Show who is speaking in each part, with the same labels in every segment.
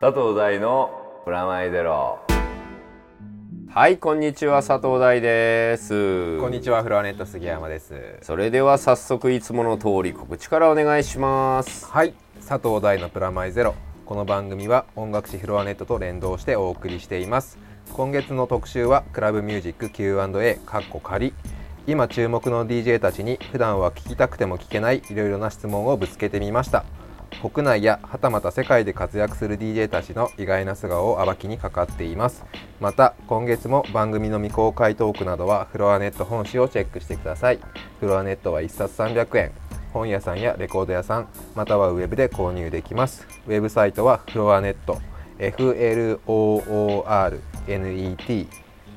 Speaker 1: 佐藤大のプラマイゼロはいこんにちは佐藤大です
Speaker 2: こんにちはフロアネット杉山です
Speaker 1: それでは早速いつもの通り告知からお願いします
Speaker 2: はい佐藤大のプラマイゼロこの番組は音楽誌フロアネットと連動してお送りしています今月の特集はクラブミュージック Q&A かっこ仮今注目の DJ たちに普段は聞きたくても聞けないいろいろな質問をぶつけてみました国内やはたまた世界で活躍する DJ たちの意外な素顔を暴きにかかっていますまた今月も番組の未公開トークなどはフロアネット本誌をチェックしてくださいフロアネットは1冊300円本屋さんやレコード屋さんまたはウェブで購入できますウェブサイトはフロアネット FLOORNET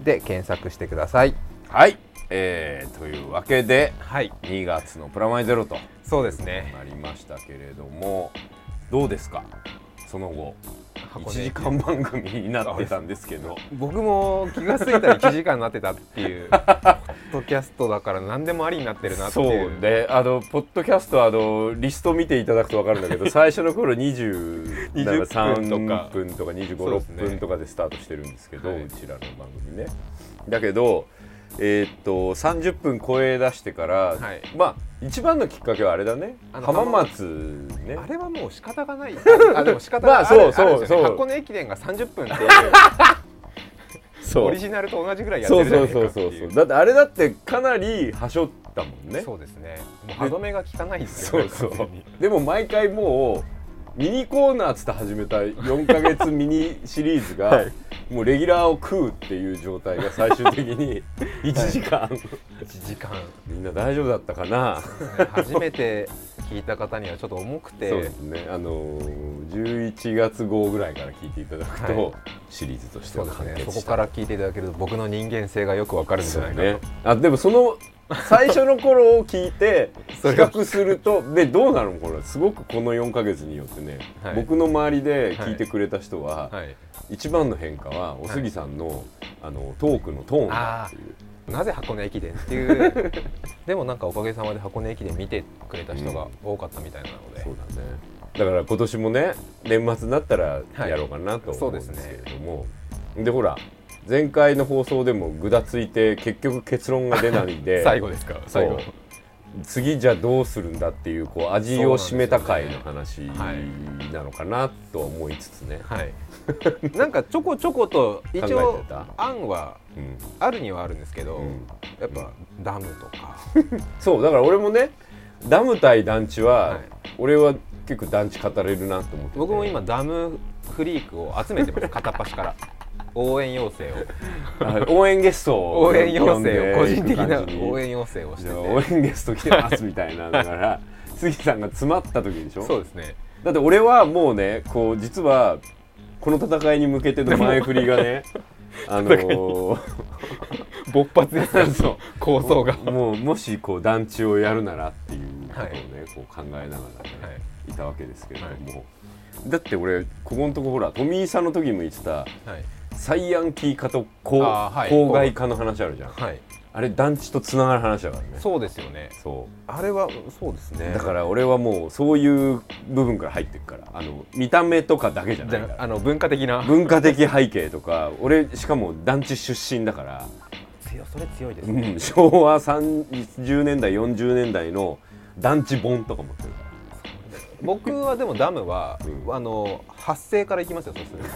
Speaker 2: で検索してください
Speaker 1: はい、えー、というわけで
Speaker 2: はい
Speaker 1: 2月のプラマイゼロと
Speaker 2: そうです
Speaker 1: なりましたけれどもどうですかその後
Speaker 2: 箱
Speaker 1: 1
Speaker 2: 根
Speaker 1: 時間番組になってたんですけど
Speaker 2: 僕も気が付いたら1時間になってたっていう ポッドキャストだから何でもありになってるなって
Speaker 1: そ
Speaker 2: いう
Speaker 1: うであのポッドキャストあのリスト見ていただくと分かるんだけ ど最初の頃20
Speaker 2: 20分
Speaker 1: 23分
Speaker 2: とか
Speaker 1: とか2 5
Speaker 2: そうで
Speaker 1: 6
Speaker 2: すね
Speaker 1: 分とかでスタートしてるんですけど
Speaker 2: はいう
Speaker 1: ちらの番組ね。だけどえーっと30分超え出してから、
Speaker 2: はい
Speaker 1: まあ一番のきっかけはあれだね
Speaker 2: あの
Speaker 1: 浜松ね
Speaker 2: あれはもう仕方が ないあでも仕方がある
Speaker 1: まあそうそう
Speaker 2: あるじゃ
Speaker 1: そ
Speaker 2: ない
Speaker 1: う
Speaker 2: 箱根駅伝が30分っていう
Speaker 1: そ
Speaker 2: オ
Speaker 1: う
Speaker 2: リジナルと同じぐらいやって
Speaker 1: そう
Speaker 2: るじゃ
Speaker 1: そ
Speaker 2: な
Speaker 1: う
Speaker 2: いか
Speaker 1: そ
Speaker 2: っ
Speaker 1: う
Speaker 2: て
Speaker 1: そ
Speaker 2: いう
Speaker 1: そうだってあれだってかなりはしょったもんね
Speaker 2: そうですねもう歯止めが効かないです
Speaker 1: そ
Speaker 2: よ
Speaker 1: う
Speaker 2: ね
Speaker 1: そう
Speaker 2: 完全に
Speaker 1: でも毎回もうミニコーナーっつって始めた4ヶ月ミニシリーズが、
Speaker 2: はい
Speaker 1: もうレギュラーを食うっていう状態が最終的 に1時間、
Speaker 2: 1時間
Speaker 1: みんな大丈夫だったかな
Speaker 2: 初めて聞いた方にはちょっと重く
Speaker 1: そう
Speaker 2: て
Speaker 1: ですねあのー11月号ぐらいから聞いていただくと、
Speaker 2: はい
Speaker 1: シリーズとして
Speaker 2: そ
Speaker 1: は
Speaker 2: うです
Speaker 1: 完結し
Speaker 2: ね
Speaker 1: た
Speaker 2: そこから聞いていただけると僕の人間性がよくわかるんじゃないか
Speaker 1: ねあでもその最初の頃を聞いて比
Speaker 2: それが
Speaker 1: 較するとでどうなのこれすごくこの4ヶ月によってね、
Speaker 2: はい
Speaker 1: 僕の周りで聞いてくれた人は、
Speaker 2: と、はい、
Speaker 1: 一番の変化はおすぎさんの,、あのトークのトーンだっていう
Speaker 2: なぜ箱根駅伝っていう でもなんかおかげさまで箱根駅伝見てくれた人が多かったみたいなので、
Speaker 1: そうだねだから今年もね年末になったらやろうかなと
Speaker 2: はいそ
Speaker 1: 思う
Speaker 2: う
Speaker 1: で
Speaker 2: んですす
Speaker 1: け
Speaker 2: ね
Speaker 1: れども、でほら前回の放送でもぐだついて結局結論が出ないで
Speaker 2: 最後ですか最後
Speaker 1: そう次じゃあどうするんだっていうこう味を占めた回の話なのかなとは思いつつね、
Speaker 2: はいなんかちょこちょこと一
Speaker 1: 考え
Speaker 2: 応
Speaker 1: てた
Speaker 2: 案は
Speaker 1: うん
Speaker 2: あるにはあるんですけど、
Speaker 1: うん
Speaker 2: やっぱダムとか
Speaker 1: そうだから俺もねダム対団地は、
Speaker 2: はい
Speaker 1: 俺は結構団地語れるなと思ってて
Speaker 2: 僕も今ダムフリークを集めてます片っ端から応援要請を
Speaker 1: あ応援ゲストを
Speaker 2: 応援要請を個人的な
Speaker 1: 呼んでいく感じに
Speaker 2: 応援要請をし
Speaker 1: じ
Speaker 2: て
Speaker 1: ゃあ
Speaker 2: て
Speaker 1: 応援ゲスト来てますみたい なだから杉さんが詰まった時でしょ
Speaker 2: そうですね
Speaker 1: だって俺はもうねこう実はこの戦いに向けての前振りが ねあのー
Speaker 2: 勃発です ね
Speaker 1: そう
Speaker 2: 構想が
Speaker 1: もうもしこう団地をやるならっていうことをね、
Speaker 2: は
Speaker 1: こう考えながらね、
Speaker 2: はい
Speaker 1: い、たわけですけれども、だって俺ここのとこほら富井さんの時も言ってた
Speaker 2: はい、
Speaker 1: サイアンキー化と公,、
Speaker 2: あーはい
Speaker 1: 公害化の話あるじゃん
Speaker 2: はい、
Speaker 1: あれ団地とつながる話だからね
Speaker 2: そうですよね
Speaker 1: そ
Speaker 2: あれはそうです
Speaker 1: う
Speaker 2: ね
Speaker 1: だから俺はもうそういう部分から入ってくからあの見た目とかだけじゃ
Speaker 2: じ
Speaker 1: ないか
Speaker 2: ゃあ
Speaker 1: ら
Speaker 2: あの文化的な
Speaker 1: 文化的背景とか俺しかも団地出身だから
Speaker 2: 強それ強いです
Speaker 1: うん、昭和30年代40年代の団地本とか持ってるから
Speaker 2: 僕はでもダムは、
Speaker 1: うん
Speaker 2: あの発生からいきますよそうす ると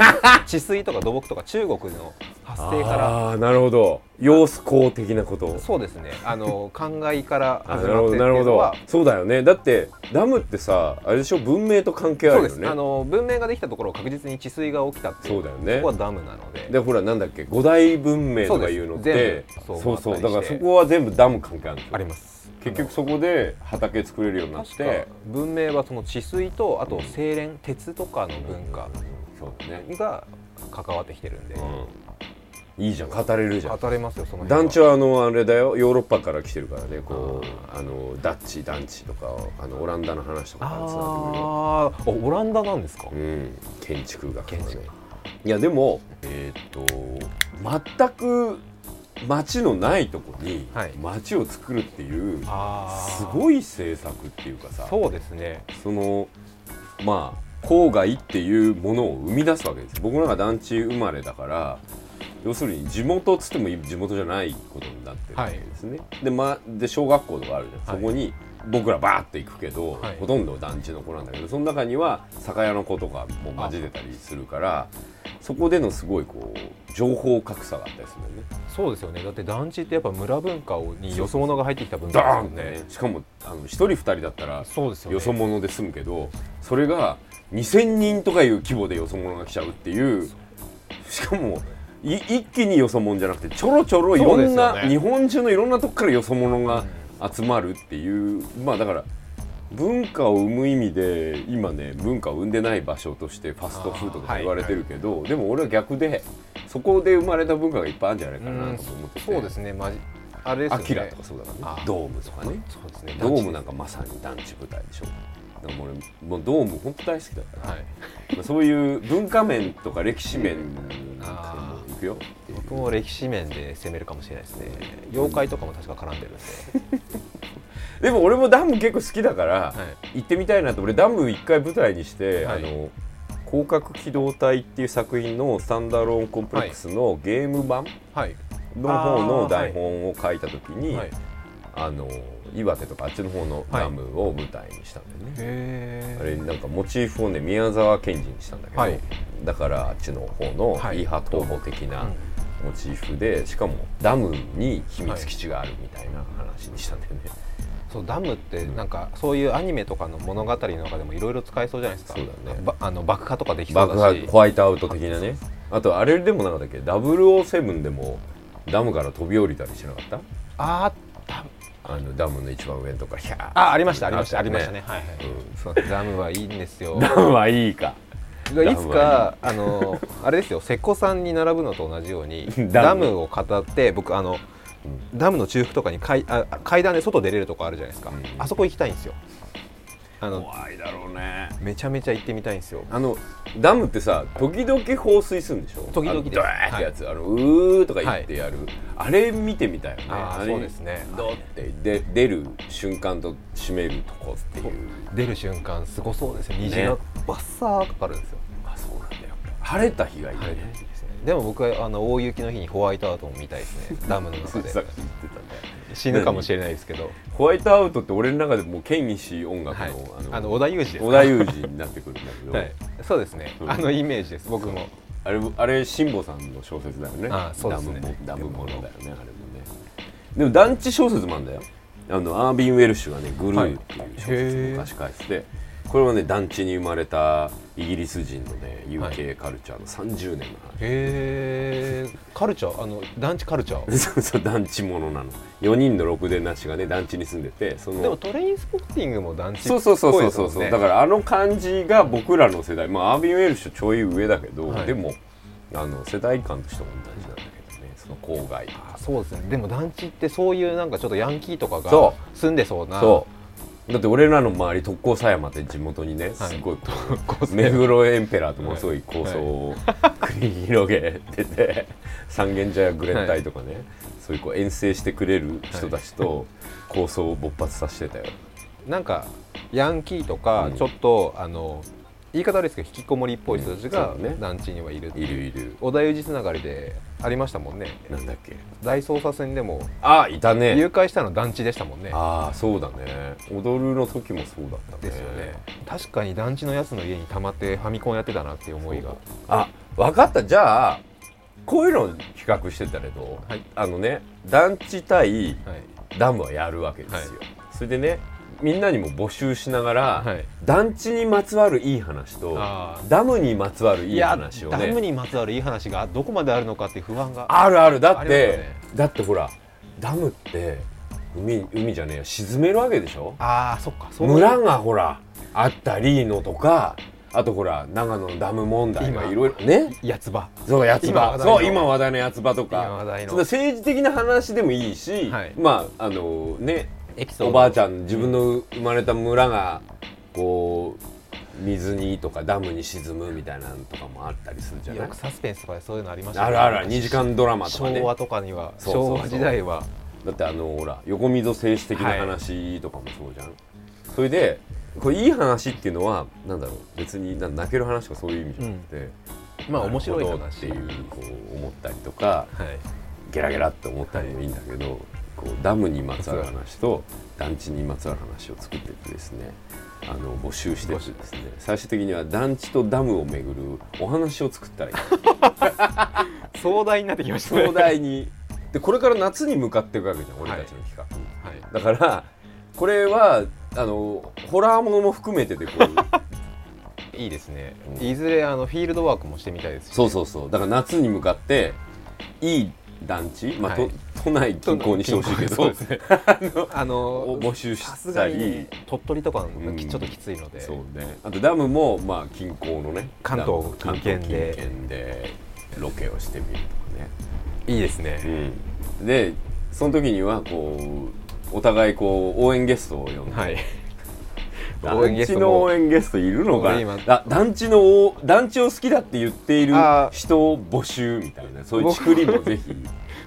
Speaker 2: 治水とか土木とか中国の発生から
Speaker 1: ああーなるほど様子工的なこと
Speaker 2: そうですねあの灌漑から
Speaker 1: あ
Speaker 2: 始
Speaker 1: なる
Speaker 2: ま
Speaker 1: ほ
Speaker 2: ってっ
Speaker 1: ど
Speaker 2: てい
Speaker 1: なるほ
Speaker 2: うの
Speaker 1: ど
Speaker 2: は
Speaker 1: そうだよねだってダムってさあれでしょ文明と関係あ
Speaker 2: そう
Speaker 1: る
Speaker 2: で
Speaker 1: よ
Speaker 2: す、
Speaker 1: ね
Speaker 2: あの文明ができたところを確実に治水が起きたっていう
Speaker 1: そうだよね
Speaker 2: ここはダムなので
Speaker 1: でほらなんだっけ五大文明とかいうのって
Speaker 2: そうです全部
Speaker 1: そうそう
Speaker 2: そう
Speaker 1: だか
Speaker 2: 回っ
Speaker 1: ら
Speaker 2: たりし
Speaker 1: そ
Speaker 2: て
Speaker 1: こは全部ダム関係あるんでしょ
Speaker 2: あります
Speaker 1: 結局そこで畑作れるようになっ
Speaker 2: 確か
Speaker 1: て
Speaker 2: 文明はその治水とあと精錬鉄とかの文化
Speaker 1: そうだね、
Speaker 2: が関わってきてるんで、
Speaker 1: うん、いいじゃん語れるじゃん
Speaker 2: 当たれますよその辺
Speaker 1: 団地
Speaker 2: は
Speaker 1: はあのあれだよヨーロッパから来てるからねこうあのダッチ団地とかあのオランダの話とかからつながってくるよ
Speaker 2: あーあオランダなんですか、
Speaker 1: うん、建築学とかね
Speaker 2: 建築
Speaker 1: いやでもえーっと全く町のないとこに
Speaker 2: はい
Speaker 1: 町を作るっていう、
Speaker 2: ああ
Speaker 1: すごい政策っていうかさ
Speaker 2: そうですね
Speaker 1: そのまあ郊外っていうものを生み出すわけです僕なんか団地生まれだから要するに地元っつっても地元じゃないことになってるわけですね、で,、ま、で小学校とかあるじゃん、
Speaker 2: はい
Speaker 1: そこに僕らバーって行くけど、
Speaker 2: はい
Speaker 1: ほとんど団地の子なんだけどその中には酒屋の子とかも混じってたりするからそこでのすごいこう情報格差があったりするんだよね
Speaker 2: そうですよねだって団地ってやっぱ村文化をに
Speaker 1: そう
Speaker 2: よそ者が入ってきた文化です
Speaker 1: ダ
Speaker 2: よ
Speaker 1: ーンってね
Speaker 2: ね
Speaker 1: しかもあの1人2人だったら
Speaker 2: そうですよね
Speaker 1: よそ者で済むけどそれが2,000人とかいう規模でよそ者が来ちゃうっていうしかもい一気によそ者じゃなくてちょろちょろいろ
Speaker 2: そうで
Speaker 1: ん
Speaker 2: すよ
Speaker 1: な、
Speaker 2: ね
Speaker 1: 日本中のいろんなとこからよそ者が集まるっていう、まあだから文化を生む意味で今ね文化を生んでない場所としてファストフードと
Speaker 2: あー
Speaker 1: か
Speaker 2: はい
Speaker 1: 言われてるけど、でも俺は逆でそこで生まれた文化がいっぱいあるんじゃないか
Speaker 2: う
Speaker 1: なんと思ってて、
Speaker 2: そうですねまじあれですよ
Speaker 1: ア
Speaker 2: ね
Speaker 1: キラとかそうだから
Speaker 2: あ
Speaker 1: ね
Speaker 2: ー
Speaker 1: ドームとかね
Speaker 2: そうですね
Speaker 1: ドームなんかまさに団地舞台でしょだから俺もうドーム本当大好きだか
Speaker 2: はい
Speaker 1: らまあそういう文化面とか歴史面なんか
Speaker 2: あー
Speaker 1: もいくよ
Speaker 2: 僕も歴史面で攻めるかもしれないですね妖怪とかも確か絡んでるんで
Speaker 1: でも俺もダム結構好きだから、
Speaker 2: はい
Speaker 1: 行ってみたいなと俺ダム一回舞台にして、あ
Speaker 2: はい
Speaker 1: の広角機動隊っていう作品のスタンダローンコンプレックスのゲーム版
Speaker 2: はい
Speaker 1: の方の台本を書いた時に、
Speaker 2: はいへ
Speaker 1: あの岩手とかあっちの方のダムを舞台にしたんだよね、
Speaker 2: え
Speaker 1: あれなんかモチーフをね宮沢賢治にしたんだけど、
Speaker 2: はい
Speaker 1: だからあっちの方の
Speaker 2: は
Speaker 1: イ
Speaker 2: い
Speaker 1: ーハ東宝的
Speaker 2: う
Speaker 1: なんモチーフでしかもダムに秘密基地があるみたいな話にしたんだよね、
Speaker 2: そうダムってなんかそういうアニメとかの物語の中でもいろいろ使えそうじゃないですか
Speaker 1: そうだね
Speaker 2: ばあの爆破とかできそう
Speaker 1: 爆
Speaker 2: だ
Speaker 1: 破
Speaker 2: し
Speaker 1: ホワイトアウト的なねあとあれでもなかったっけ007でもダムから飛び降りたりしなかった
Speaker 2: あーダム
Speaker 1: あのダムの一番上のとかヒャー
Speaker 2: あありましたありましたあ
Speaker 1: な
Speaker 2: り
Speaker 1: んか
Speaker 2: ましたねはいはい
Speaker 1: うん
Speaker 2: そうダムはいいんですよ
Speaker 1: ダムはいいかム
Speaker 2: いつかあのあれですよ瀬古さんに並ぶのと同じように
Speaker 1: ダ
Speaker 2: ダ
Speaker 1: ム
Speaker 2: ムを語って僕あのダムの中腹とかに階あ階段で外出れるとこあるじゃないですか、
Speaker 1: うん
Speaker 2: あそこ行きたいんですよあの
Speaker 1: 怖いだろうね
Speaker 2: めちゃめちゃ行ってみたいんですよ
Speaker 1: あのダムってさ時々放水するんでしょ
Speaker 2: 時々で
Speaker 1: あ
Speaker 2: す
Speaker 1: のドーってやつ、あのうーとか言ってやる、あれ見てみたいよね
Speaker 2: あー
Speaker 1: れ
Speaker 2: そうですね
Speaker 1: ドーってで出る瞬間と閉めるとこっていう
Speaker 2: 出る瞬間すごそうですよ虹
Speaker 1: ね
Speaker 2: がバッサーかかるんですよ、
Speaker 1: あそうなんだよ晴れた日がいいね、
Speaker 2: はいでも僕はあの大雪の日にホワイトアウトも見たいです ねダムの中
Speaker 1: さっき
Speaker 2: で
Speaker 1: 言ってたね
Speaker 2: 死ぬかもしれないですけど
Speaker 1: ホワイトアウトって俺の中でもう権威し音楽の、
Speaker 2: はい
Speaker 1: あ
Speaker 2: あ
Speaker 1: の
Speaker 2: の織田裕二ですか
Speaker 1: 織田裕二になってくるんだけど、
Speaker 2: はい、そうですね、
Speaker 1: うん
Speaker 2: あのイメージです僕も
Speaker 1: あれあれ辛坊さんの小説だよね
Speaker 2: あそうですね
Speaker 1: ダムもダムものだよねあれもねでも団地小説もあるんだよあのアービン・ウェルシュがね「グルー」っていう小説を昔書いてて、これはね団地に生まれたイギリス人のね UK カルチャーの30年の話、
Speaker 2: へえカルチャーあの団地カルチャ ー
Speaker 1: そうそう団地ものなの4人のろくでなしがね団地に住んでてその
Speaker 2: でもトレインスポッティングも団地っぽい
Speaker 1: そう
Speaker 2: です
Speaker 1: そ
Speaker 2: も
Speaker 1: うんそうそう
Speaker 2: ね
Speaker 1: そうだからあの感じが僕らの世代まあアービン・ウェルシュちょい上だけど、
Speaker 2: はい
Speaker 1: でもあの世代間としても同じなんだけどねその郊外とか
Speaker 2: あそうですねでも団地ってそういうなんかちょっとヤンキーとかが
Speaker 1: そ
Speaker 2: 住んでそうな
Speaker 1: そうだって俺らの周り特攻狭山って地元にね
Speaker 2: はい
Speaker 1: すごいこ
Speaker 2: 高
Speaker 1: う
Speaker 2: 専
Speaker 1: 目黒エンペラーとものすごい構想を繰り広げてて 三軒茶屋グレッタイとかね、そういうこう遠征してくれる人たちと構想を勃発させてたよ、
Speaker 2: なんかヤンキーとか
Speaker 1: うん
Speaker 2: ちょっと、あの言い方悪いですけど引きこもりっぽい人たちが
Speaker 1: うんそうだね
Speaker 2: 団地にはいるって
Speaker 1: い、
Speaker 2: いう
Speaker 1: るいる
Speaker 2: 織田裕二つながりでありましたもんね
Speaker 1: なんだっけ
Speaker 2: 大捜査線でも
Speaker 1: あいたね
Speaker 2: 誘拐したの団地でしたもんね
Speaker 1: ああそうだね踊るの時もそうだったね
Speaker 2: ですよね確かに団地のやつの家にたまってファミコンやってたなっていう思いが
Speaker 1: あ分かったじゃあこういうの比較してたけど、
Speaker 2: はい
Speaker 1: あのね団地対
Speaker 2: はい
Speaker 1: ダムはやるわけですよ、それでねみんなにも募集しながら、
Speaker 2: はい
Speaker 1: 団地にまつわるいい話と
Speaker 2: あー
Speaker 1: ダムにまつわるいい
Speaker 2: や
Speaker 1: 話を
Speaker 2: ダム
Speaker 1: ね
Speaker 2: にまつわるいい話がどこまであるのかっていう不安が
Speaker 1: あるあるだっ
Speaker 2: ありま
Speaker 1: て、
Speaker 2: すよね
Speaker 1: だってほらダムって海海じゃねえよ沈めるわけでしょ
Speaker 2: あーそっかそういう
Speaker 1: 村がほらあったりのとかあとほら長野のダム問題とか
Speaker 2: 今
Speaker 1: いろいろね
Speaker 2: やつば
Speaker 1: そうやつ
Speaker 2: 今
Speaker 1: ば
Speaker 2: 話題の
Speaker 1: そう今話題のやつばと
Speaker 2: 今
Speaker 1: か
Speaker 2: 話題の
Speaker 1: その政治的な話でもいいし、
Speaker 2: はい
Speaker 1: まああのね
Speaker 2: エピソード
Speaker 1: おばあちゃん自分の生まれた村がこう水にとかダムに沈むみたいなのとかもあったりするじゃな
Speaker 2: よ
Speaker 1: い
Speaker 2: くサスペンスとかでそういうのありましたね
Speaker 1: あるあるある2時間ドラマとかね
Speaker 2: 昭和とかには
Speaker 1: そうそうそう
Speaker 2: 昭和時代は
Speaker 1: だってあのほら横溝静止的な話とかもそうじゃん、それでこれいい話っていうのはなんだろう別にな泣ける話とかそういう意味じゃなくて、
Speaker 2: まあ
Speaker 1: なるほど
Speaker 2: 面白い話
Speaker 1: っていうこう思ったりとか
Speaker 2: はい
Speaker 1: ゲラゲラって思ったりもいいんだけど、こうダムにまつわる話と団地にまつわる話を作ってってですねあの募集してってですね最終的には団地とダムを巡るお話を作 ったらいい
Speaker 2: 壮大になってきましたね
Speaker 1: 壮大にでこれから夏に向かっていくわけじゃん俺たちの企画、
Speaker 2: はい
Speaker 1: だからこれはあのホラーものも含めてでこう
Speaker 2: いいですね、
Speaker 1: うん
Speaker 2: いずれあのフィールドワークもしてみたいですし
Speaker 1: そうそうそうだから夏に向かっていい団地、まあ
Speaker 2: はい
Speaker 1: 都都内近郊にしてほしいけ
Speaker 2: そう
Speaker 1: ど
Speaker 2: ですねあ
Speaker 1: を
Speaker 2: の
Speaker 1: 募集
Speaker 2: さ
Speaker 1: し
Speaker 2: す
Speaker 1: た
Speaker 2: が
Speaker 1: り、
Speaker 2: にね鳥取とかのがき
Speaker 1: うん
Speaker 2: ちょっときついので、
Speaker 1: そうねあとダムもまあ近郊のね
Speaker 2: 関東
Speaker 1: ダム関
Speaker 2: 近県で
Speaker 1: 東近県でロケをしてみる
Speaker 2: いいです
Speaker 1: とか
Speaker 2: ね、
Speaker 1: ね、でその時にはこうお互いこう応援ゲストを呼んで、
Speaker 2: はい応援
Speaker 1: 団
Speaker 2: ゲス
Speaker 1: 地
Speaker 2: ト
Speaker 1: の
Speaker 2: も
Speaker 1: 応援ゲストいるのか
Speaker 2: 俺今
Speaker 1: なあ団地の応団地を好きだって言っている
Speaker 2: あー
Speaker 1: 人を募集みたいなそういう作りもぜひ、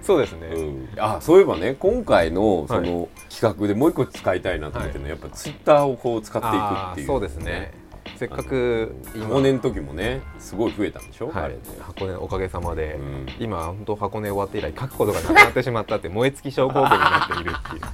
Speaker 2: そうですね、
Speaker 1: うんあそういえばね今回のその企画でもう一個使いたいなと思ってるのは、やっぱツイッターをこう使っていく
Speaker 2: あ
Speaker 1: ってい
Speaker 2: ー
Speaker 1: う、
Speaker 2: そうですねせっかく今
Speaker 1: 箱根の時もねすごい増えたんでしょ、
Speaker 2: は
Speaker 1: あ
Speaker 2: い
Speaker 1: れで、
Speaker 2: 箱根のおかげさまで、
Speaker 1: うん
Speaker 2: 今本当箱根終わって以来書くことがなくなってしまったって燃え尽き症候群になっているっていう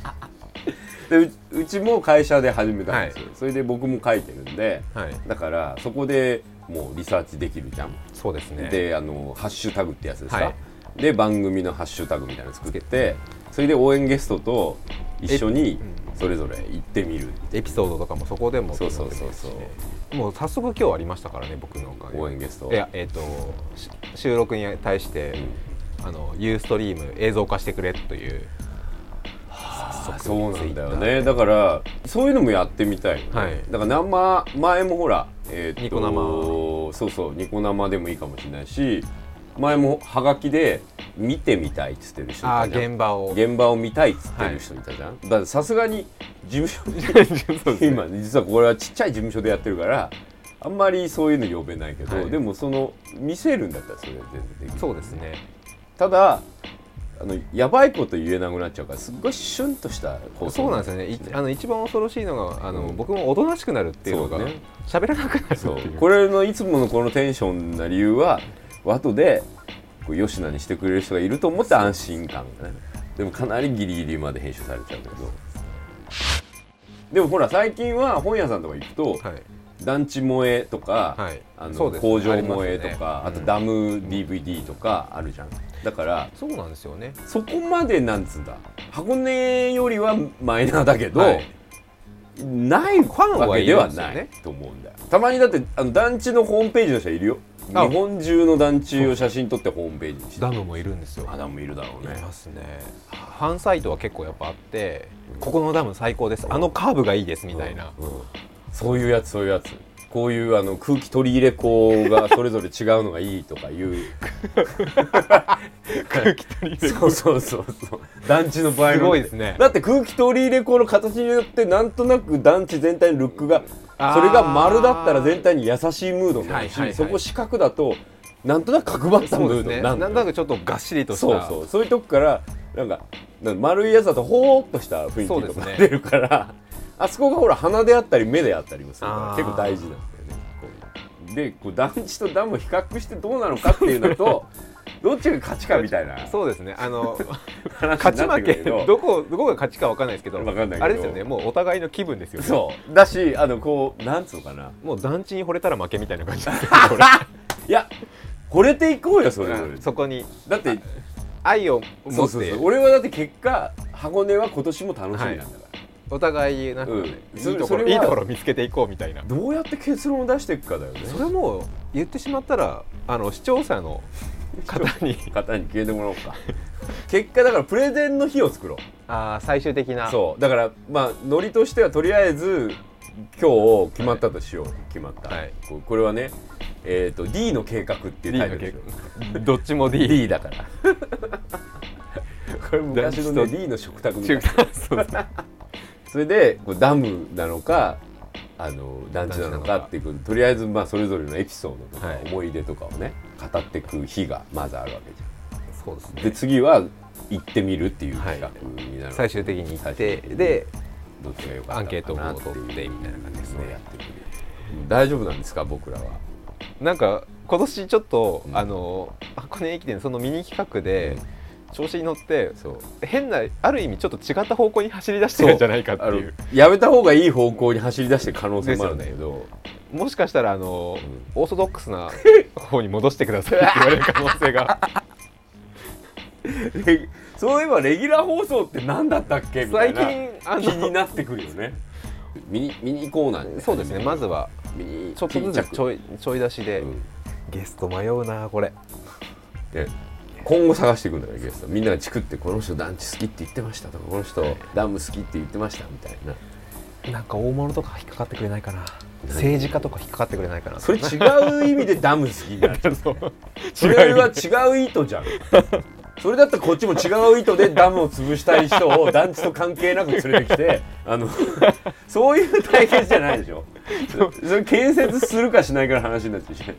Speaker 1: でうちうちも会社で始めたんですよ、
Speaker 2: は
Speaker 1: それで僕も書いてるんで
Speaker 2: はい
Speaker 1: だからそこでもうリサーチできるじゃん、
Speaker 2: そうですね
Speaker 1: であのハッシュタグってやつですか、
Speaker 2: はい
Speaker 1: で番組のハッシュタグみたいなの作ってそれで応援ゲストと一緒に
Speaker 2: えうん
Speaker 1: それぞれ行ってみる
Speaker 2: エピソードとかもそこでも
Speaker 1: そうそうそうそう
Speaker 2: もう早速今日ありましたからね僕のおかげで
Speaker 1: 応援ゲスト
Speaker 2: いやえっ、とし収録に対して、あのユーストリーム映像化してくれという
Speaker 1: あ
Speaker 2: 早速
Speaker 1: そうなんだよ
Speaker 2: Twitter
Speaker 1: ねだからそういうのもやってみたいよね、
Speaker 2: はい
Speaker 1: だから生前もほら、えーっと
Speaker 2: ニコ生
Speaker 1: そうそうニコ生でもいいかもしれないし前もはがきで見てみたいっつってる人い
Speaker 2: ああ
Speaker 1: たじゃん
Speaker 2: 現場を
Speaker 1: 現場を見たいっつってる人いたじゃん、だからさすがに事務所に
Speaker 2: そうですね
Speaker 1: 今実はこれはちっちゃい事務所でやってるからあんまりそういうの呼べないけど、
Speaker 2: はい
Speaker 1: でもその見せるんだったらそれは全然できる
Speaker 2: そうですね
Speaker 1: ただあのやばいこと言えなくなっちゃうからすっごいシュンとした放送
Speaker 2: そうなんですよねいあの一番恐ろしいのがあの、僕もおとなしくなるっていうのが
Speaker 1: そうね
Speaker 2: 喋、らなくなるって
Speaker 1: そう
Speaker 2: いう
Speaker 1: これのいつものこのテンションな理由は後でこう吉野にしてくれる人がいると思って安心感がねでもかなりギリギリまで編集されちゃうけどでもほら最近は本屋さんとか行くと、
Speaker 2: はい
Speaker 1: 団地萌えとか、
Speaker 2: はい
Speaker 1: あの
Speaker 2: そうです
Speaker 1: 工場萌えとかあ,、
Speaker 2: ありますよね
Speaker 1: とダム DVD とかあるじゃんだから
Speaker 2: そうなんですよね
Speaker 1: そこまでなんつうんだ箱根よりはマイナーだけど、
Speaker 2: はい
Speaker 1: ないファンわけでは
Speaker 2: ファン
Speaker 1: な
Speaker 2: はいるん
Speaker 1: い
Speaker 2: です
Speaker 1: と思うんだよたまにだってあの団地のホームページの人いるよ日
Speaker 2: あ
Speaker 1: 本中の団地を写真撮ってホームページにして
Speaker 2: ダムもいるんですよ
Speaker 1: あダムいるだろう
Speaker 2: い
Speaker 1: ね
Speaker 2: ますねファンサイトは結構やっぱあってここのダム最高ですあのカーブがいいですみたいな、
Speaker 1: うんうんそういうやつそういうやつこういうあの空気取り入れ口がそれぞれ違うのがいいとか いう
Speaker 2: 空気取り入れ
Speaker 1: そうそうそうそう団地の場合の
Speaker 2: すごいですね
Speaker 1: だって空気取り入れ口の形によってなんとなく団地全体のルックが
Speaker 2: あー
Speaker 1: それが丸だったら全体に優しいムードになるし、
Speaker 2: はいはいはい
Speaker 1: そこ四角だとなんとなく角張ったム
Speaker 2: そ
Speaker 1: ー
Speaker 2: うです
Speaker 1: ド
Speaker 2: ね
Speaker 1: に
Speaker 2: な
Speaker 1: なんる
Speaker 2: となくちょっとがっしりとした
Speaker 1: そうそうそういうとこからなんかなんか丸いやつだとほーっとした雰囲
Speaker 2: そう
Speaker 1: 気
Speaker 2: で
Speaker 1: と
Speaker 2: す
Speaker 1: か
Speaker 2: ね
Speaker 1: 出るから、あそこがほら鼻であったり目であったりもする
Speaker 2: あ
Speaker 1: か
Speaker 2: ー
Speaker 1: ら結構大事なんだよねこうでこう団地とダムを比較してどうなのかっていうの とどっちが勝ちかみたいな
Speaker 2: そうですねあの
Speaker 1: 話
Speaker 2: 勝
Speaker 1: に
Speaker 2: ち
Speaker 1: なって
Speaker 2: 負
Speaker 1: くる
Speaker 2: け
Speaker 1: けど
Speaker 2: どこどこが勝ちかわかんないですけど
Speaker 1: わかんないけど
Speaker 2: あれですよねもうお互いの気分ですよね
Speaker 1: そうだしあのこうなんつうのかな
Speaker 2: もう団地に惚れたら負けみたいな感じですよ
Speaker 1: いや惚れていこうよそれぞれ
Speaker 2: 俺そこに
Speaker 1: だって
Speaker 2: 愛を
Speaker 1: そ
Speaker 2: 持
Speaker 1: う
Speaker 2: っ
Speaker 1: そう
Speaker 2: て
Speaker 1: そう俺はだって結果箱根は今年も楽しみなんだから、
Speaker 2: お互いなんかね
Speaker 1: うん
Speaker 2: いい
Speaker 1: それ
Speaker 2: と
Speaker 1: そ
Speaker 2: こ
Speaker 1: れ
Speaker 2: ろ
Speaker 1: はい
Speaker 2: いところを見つけていこうみたいな
Speaker 1: どうやって結論を出していくかだよね
Speaker 2: それもう言ってしまったらあの視聴者の方に
Speaker 1: 方に聞いてもらおうか結果だからプレゼンの日を作ろう
Speaker 2: あー最終的な
Speaker 1: そうだからまあノリとしてはとりあえず今日決まったとしよう、決まった、
Speaker 2: はい
Speaker 1: ここれはねえっ、と D の計画っていう
Speaker 2: D
Speaker 1: タイ
Speaker 2: の
Speaker 1: トルです
Speaker 2: 結
Speaker 1: よ
Speaker 2: 果どっちも D
Speaker 1: D だからこれ昔の、ね、
Speaker 2: 男子と
Speaker 1: D の食卓みたい
Speaker 2: 中
Speaker 1: な
Speaker 2: 間 そうですね
Speaker 1: それでこうダムなのかあの団地なのかっていうとりあえずまあそれぞれのエピソードと
Speaker 2: は
Speaker 1: か
Speaker 2: い
Speaker 1: 思い出とかをね語っていく日がまずあるわけじ
Speaker 2: そうです
Speaker 1: ゃん。で
Speaker 2: ね
Speaker 1: 次は行ってみるっていう企画になるわけ、
Speaker 2: 最終的に行っ
Speaker 1: 最
Speaker 2: て
Speaker 1: 終的に
Speaker 2: で
Speaker 1: どっちが良か
Speaker 3: ア
Speaker 1: っ
Speaker 3: ンケー
Speaker 1: た
Speaker 3: ト
Speaker 1: のかな
Speaker 3: を
Speaker 1: っていう
Speaker 3: 取ってみたいな感じです
Speaker 1: のをや
Speaker 3: ね
Speaker 1: ってるね
Speaker 3: 大丈夫なんですか僕らはなんか今年ちょっと、
Speaker 1: うん
Speaker 3: あの箱根駅伝そのミニ企画で、調子に乗って
Speaker 1: そう
Speaker 3: 変なある意味ちょっと違った方向に走り出してるんじゃないかって
Speaker 1: あの
Speaker 3: いう
Speaker 1: やめた方がいい方向に走り出してる可能性もあるんだけど、
Speaker 3: もしかしたらあの、
Speaker 1: うん
Speaker 3: オーソドックスな方に戻してくださいって言われる可能性が
Speaker 1: レギ そういえばレギュラー放送って何だったっけみたい
Speaker 3: 最
Speaker 1: な
Speaker 3: 近あ
Speaker 1: 気に
Speaker 3: の
Speaker 1: なってくるよねミニミニコーナー
Speaker 3: そうですねまずは
Speaker 1: ミニ
Speaker 3: ちょっとずつち
Speaker 1: い、
Speaker 3: ょいちょい出しで、
Speaker 1: うん
Speaker 2: ゲスト迷うなこれ
Speaker 1: で今後探していくんだからゲストみんながチクってこの人団地好きって言ってましたとかこの人ダム好きって言ってましたみたいな
Speaker 2: なんか大物とか引っかかってくれないかな
Speaker 1: 政
Speaker 2: 政治家とか引っかかってくれないかな
Speaker 1: それ違う意味でダム好きになるそれは違う意図じゃんそれだったらこっちも違う意図でダムを潰したい人を団地と関係なく連れてきてあのそういう対決じゃないでしょそそれ建設するかしないかの話になってきて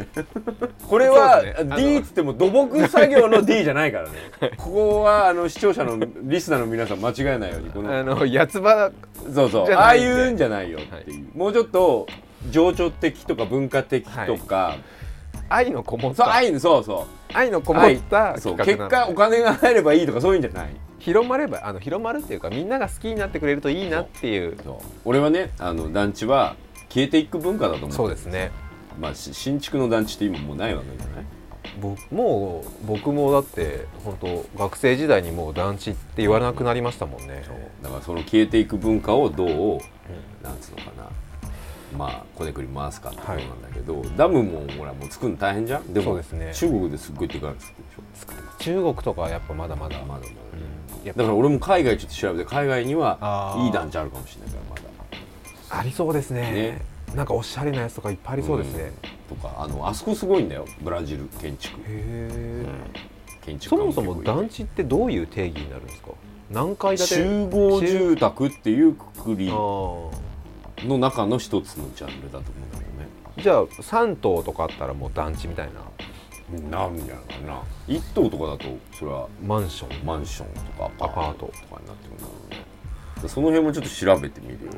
Speaker 1: これ
Speaker 3: そ
Speaker 1: は、
Speaker 3: うですねあの
Speaker 1: D っつっても土木作業の D じゃないから ねここはあの視聴者のリスナーの皆さん間違えないようにこの
Speaker 3: あの八つ葉
Speaker 1: そうそう
Speaker 3: じゃ
Speaker 1: ああ
Speaker 3: ない
Speaker 1: い
Speaker 3: んで
Speaker 1: うんじゃないよっていう、もうちょっと情緒的とか文化的とか、
Speaker 3: 愛のこもっ
Speaker 1: そう
Speaker 3: た
Speaker 1: 愛のそうそう
Speaker 3: 愛のこもった
Speaker 1: 愛そう
Speaker 3: 企
Speaker 1: 結
Speaker 3: 画なの
Speaker 1: 果お
Speaker 3: で
Speaker 1: 金が入ればいいとかそういうんじゃない
Speaker 3: 広まればあの広まるっていうかみんなが好きになってくれるといいなっていう
Speaker 1: そう俺はねあの団地は消えていく文化だと思って
Speaker 2: そうですね
Speaker 1: まあ、し新築の団地って今もうないわけじゃない
Speaker 2: ぼもう僕もだって本当学生時代にもう団地って言わなくなりましたもんね
Speaker 1: だからその消えていく文化をどう、なんつうのかなまあこねくり回すかってことなんだけど、ダムもほらもう作るの大変じゃんで
Speaker 2: そう
Speaker 1: も
Speaker 2: ですね
Speaker 1: 中国ですっごいでかいの作るでしょ
Speaker 2: 中国とかはやっぱまだまだ
Speaker 1: まだまだ、
Speaker 2: やっ
Speaker 1: だから俺も海外ちょっと調べて海外には
Speaker 2: あー
Speaker 1: いい団地あるかもしれないからまだ
Speaker 2: ぱありそうですね
Speaker 1: ね
Speaker 2: なんかおしゃれなやつとかいっぱいありそうですね、
Speaker 1: とかあのあそこすごいんだよブラジル建築
Speaker 2: へえ、
Speaker 1: 建築
Speaker 2: そ
Speaker 1: 家
Speaker 2: もそも
Speaker 1: 結構いる
Speaker 2: 団地ってどういう定義になるんですか何階建て
Speaker 1: 集合住宅っていうくくり
Speaker 2: あー
Speaker 1: の中の一つのジャンルだと思うんだけどね
Speaker 2: じゃあ3棟とかあったらもう団地みたいな
Speaker 1: なんじゃないかな一棟とかだとそれは
Speaker 2: マンション
Speaker 1: マンションとかアパートとかになってくるんだろうねだからその辺もちょっと調べてみるよ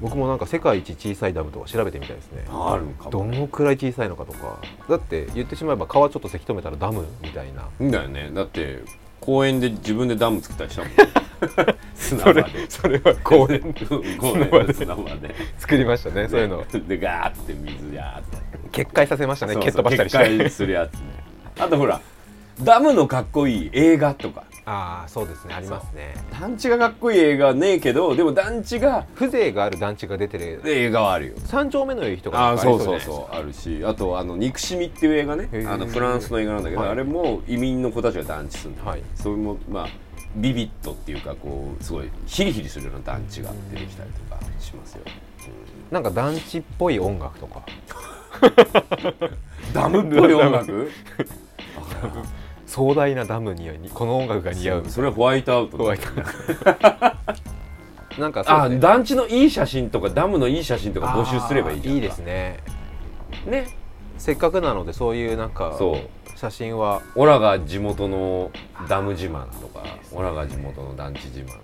Speaker 2: 僕もなんか世界一小さいダムとか調べてみたいですね
Speaker 1: 俺もあるか
Speaker 2: ど
Speaker 1: も
Speaker 2: のくらい小さいのかとかだって言ってしまえば川ちょっとせき止めたらダムみたいな
Speaker 1: だよねだって公園で自分でダム作ったりしたもん 砂
Speaker 3: そ
Speaker 1: 場で
Speaker 3: れそれは公園
Speaker 1: 公園で砂場で
Speaker 3: 作りましたねそういうの
Speaker 1: でガーって水やーって
Speaker 2: 決壊させましたね蹴っ飛ばしたりし
Speaker 1: そうそう決
Speaker 2: て
Speaker 1: 壊するやつねあとほらダムのかっこいい映画とか
Speaker 2: ああそうですねありますね
Speaker 1: 団地がかっこいい映画はねえけどでも団地が
Speaker 2: 風情がある団地が出てる
Speaker 1: 映画はあるよ
Speaker 2: 三丁目の夕日とか
Speaker 1: あ
Speaker 2: なんか
Speaker 1: そう
Speaker 2: り
Speaker 1: そう
Speaker 2: じゃないですか
Speaker 1: そうあるしあとあの「憎しみ」っていう映画ね
Speaker 2: へえ
Speaker 1: あのフランスの映画なんだけど、
Speaker 2: はい
Speaker 1: あれも移民の子たちが団地するんだよ、
Speaker 2: はい
Speaker 1: それもまあビビットっていうかこうすごいヒリヒリするような団地が出てきたりとかしますよ
Speaker 2: なんか団地っぽい音楽とか
Speaker 1: ダムっぽい音楽
Speaker 2: 壮大なダムにはこの音楽が似合う
Speaker 1: それはホワイトアウトだ
Speaker 2: ホワイトなんか
Speaker 1: あ
Speaker 2: そうですね
Speaker 1: 団地のいい写真とかダムのいい写真とか募集すればいいじゃん
Speaker 2: いいですね
Speaker 1: ね
Speaker 2: せっかくなのでそういうなんか
Speaker 1: そう
Speaker 2: 写真は
Speaker 1: オラが地元のダム自慢とかオラが地元の団地自慢とか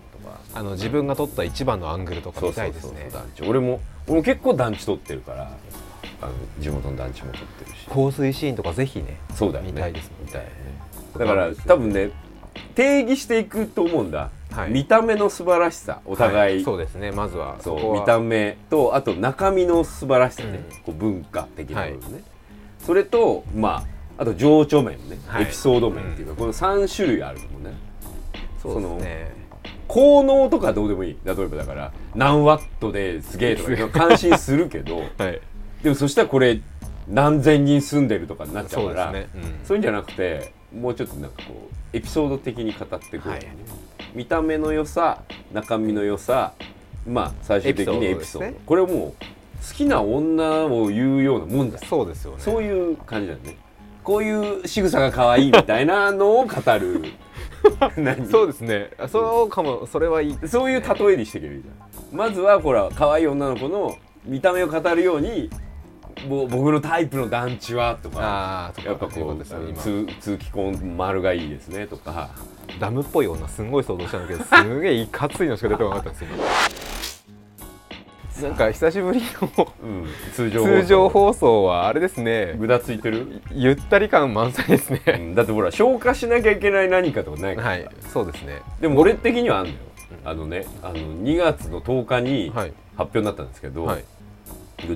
Speaker 2: あの自分が撮った一番のアングルとか見たいですね
Speaker 1: 団地俺も俺も結構団地撮ってるからあの地元の団地も撮ってるし
Speaker 2: 香水シーンとかぜひね
Speaker 1: そうだよね
Speaker 2: 見たいですもん
Speaker 1: 見たいよねだから多分ね定義していくと思うんだ、
Speaker 2: はい
Speaker 1: 見た目の素晴らしさお互い、
Speaker 2: はそ
Speaker 1: そう
Speaker 2: ですねまずは
Speaker 1: う
Speaker 2: そこは
Speaker 1: 見た目とあと中身の素晴らしさね、こう文化的な部分ね、それとまああと情緒面ね、
Speaker 2: はい
Speaker 1: エピソード面っていうか、この3種類あると思うね
Speaker 2: そうですね
Speaker 1: 効能とかどうでもいい例えばだから何ワットですげえとか感心するけど
Speaker 2: はい
Speaker 1: でもそしたらこれ何千人住んでるとかになっちゃう
Speaker 2: そう
Speaker 1: から
Speaker 2: ですね、うん
Speaker 1: そういうんじゃなくてもうちょっとなんかこうエピソード的に語ってくる、
Speaker 2: はい
Speaker 1: 見た目の良さ中身の良さまあ最終的にエ
Speaker 2: エ
Speaker 1: ピ
Speaker 2: ピ
Speaker 1: ソ
Speaker 2: ソ
Speaker 1: ード
Speaker 2: ードですね
Speaker 1: これもう好きな女を言うようなもんだ
Speaker 2: そうですよね
Speaker 1: そういう感じだよねこういう仕草が可愛いみたいなのを語 る何
Speaker 2: そうですねあそうかもそれはいい
Speaker 1: そういう例えにしていけばいいじゃん。まずはほら可愛い女の子の見た目を語るように、もう僕のタイプの団地はとか、
Speaker 2: ああ
Speaker 1: やっぱこうあの通通気婚丸がいいですねとか。
Speaker 2: ダムっぽい女すんごい想像したんだけどすげえいかついのしか出てこなかったんですよ なんか久しぶりの
Speaker 1: うん、通常
Speaker 2: 通常放送はあれですね
Speaker 1: ぐだついてる、
Speaker 2: ゆったり感満載です
Speaker 1: う
Speaker 2: ね
Speaker 1: ん、だってほら消化しなきゃいけない何かとかないから、
Speaker 2: はいそうですね
Speaker 1: でも俺的にはあんのよあのねあの2月の10日に
Speaker 2: はい
Speaker 1: 発表になったんですけど、
Speaker 2: はい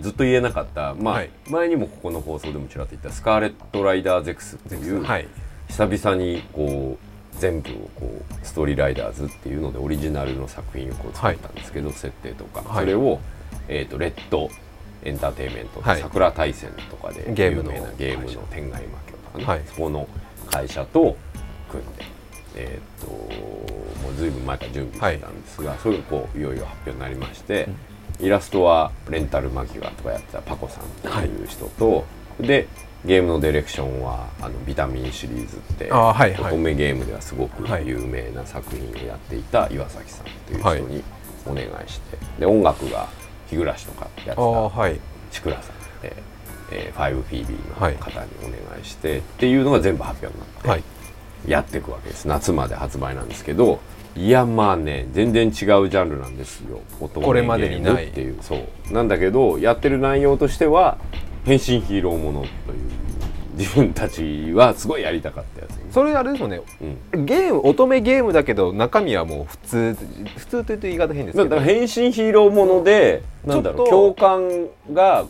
Speaker 1: ずっと言えなかった、まあ
Speaker 2: はい
Speaker 1: 前にもここの放送でもちらっと言ったスカーレット・ライダー・ゼクスっていう、
Speaker 2: はい
Speaker 1: 久々にこう全部をこうストーリーライダーズっていうのでオリジナルの作品をこう作ったんですけど、設定とか、
Speaker 2: はい
Speaker 1: それを、えー、とレッドエンターテインメント、
Speaker 2: はい
Speaker 1: 桜大戦とかで
Speaker 2: ゲ
Speaker 1: 有
Speaker 2: ームの
Speaker 1: 名なゲームの天外魔境とかね、
Speaker 2: はい
Speaker 1: そこの会社と組んで。えー、ともうずいぶん前から準備してたんですが、それがこういよいよ発表になりまして、イラストはレンタルマギワとかやってたパコさんっていう人と、でゲームのディレクションはあのビタミンシリーズって
Speaker 2: あーはいはい
Speaker 1: 乙女ゲームではすごく
Speaker 2: はい
Speaker 1: 有名な作品をやっていた岩崎さんっていう
Speaker 2: は
Speaker 1: 人
Speaker 2: い
Speaker 1: にお願いして、で音楽が日暮とかやって
Speaker 2: あ
Speaker 1: た
Speaker 2: あはい
Speaker 1: ちくらさんで、えー、ファイブフィービーの
Speaker 2: はい
Speaker 1: 方にお願いして、っていうのが全部発表になって、
Speaker 2: はい
Speaker 1: やっていくわけです夏まで発売なんですけどいやまあね全然違うジャンルなんですよ乙女
Speaker 2: これまでにな
Speaker 1: ゲー
Speaker 2: い
Speaker 1: ムっていうそうなんだけどやってる内容としては変身ヒーローものという自分たちはすごいやりたかったやつ、ね
Speaker 2: それあれですもんね
Speaker 1: うん、
Speaker 2: ゲーム乙女ゲームだけど中身はもう普通普通というと言い方変です
Speaker 1: だ
Speaker 2: け
Speaker 1: か
Speaker 2: ど
Speaker 1: ら変身ヒーローものでなんだろう
Speaker 2: ちょ
Speaker 1: 共
Speaker 2: っと
Speaker 1: 感が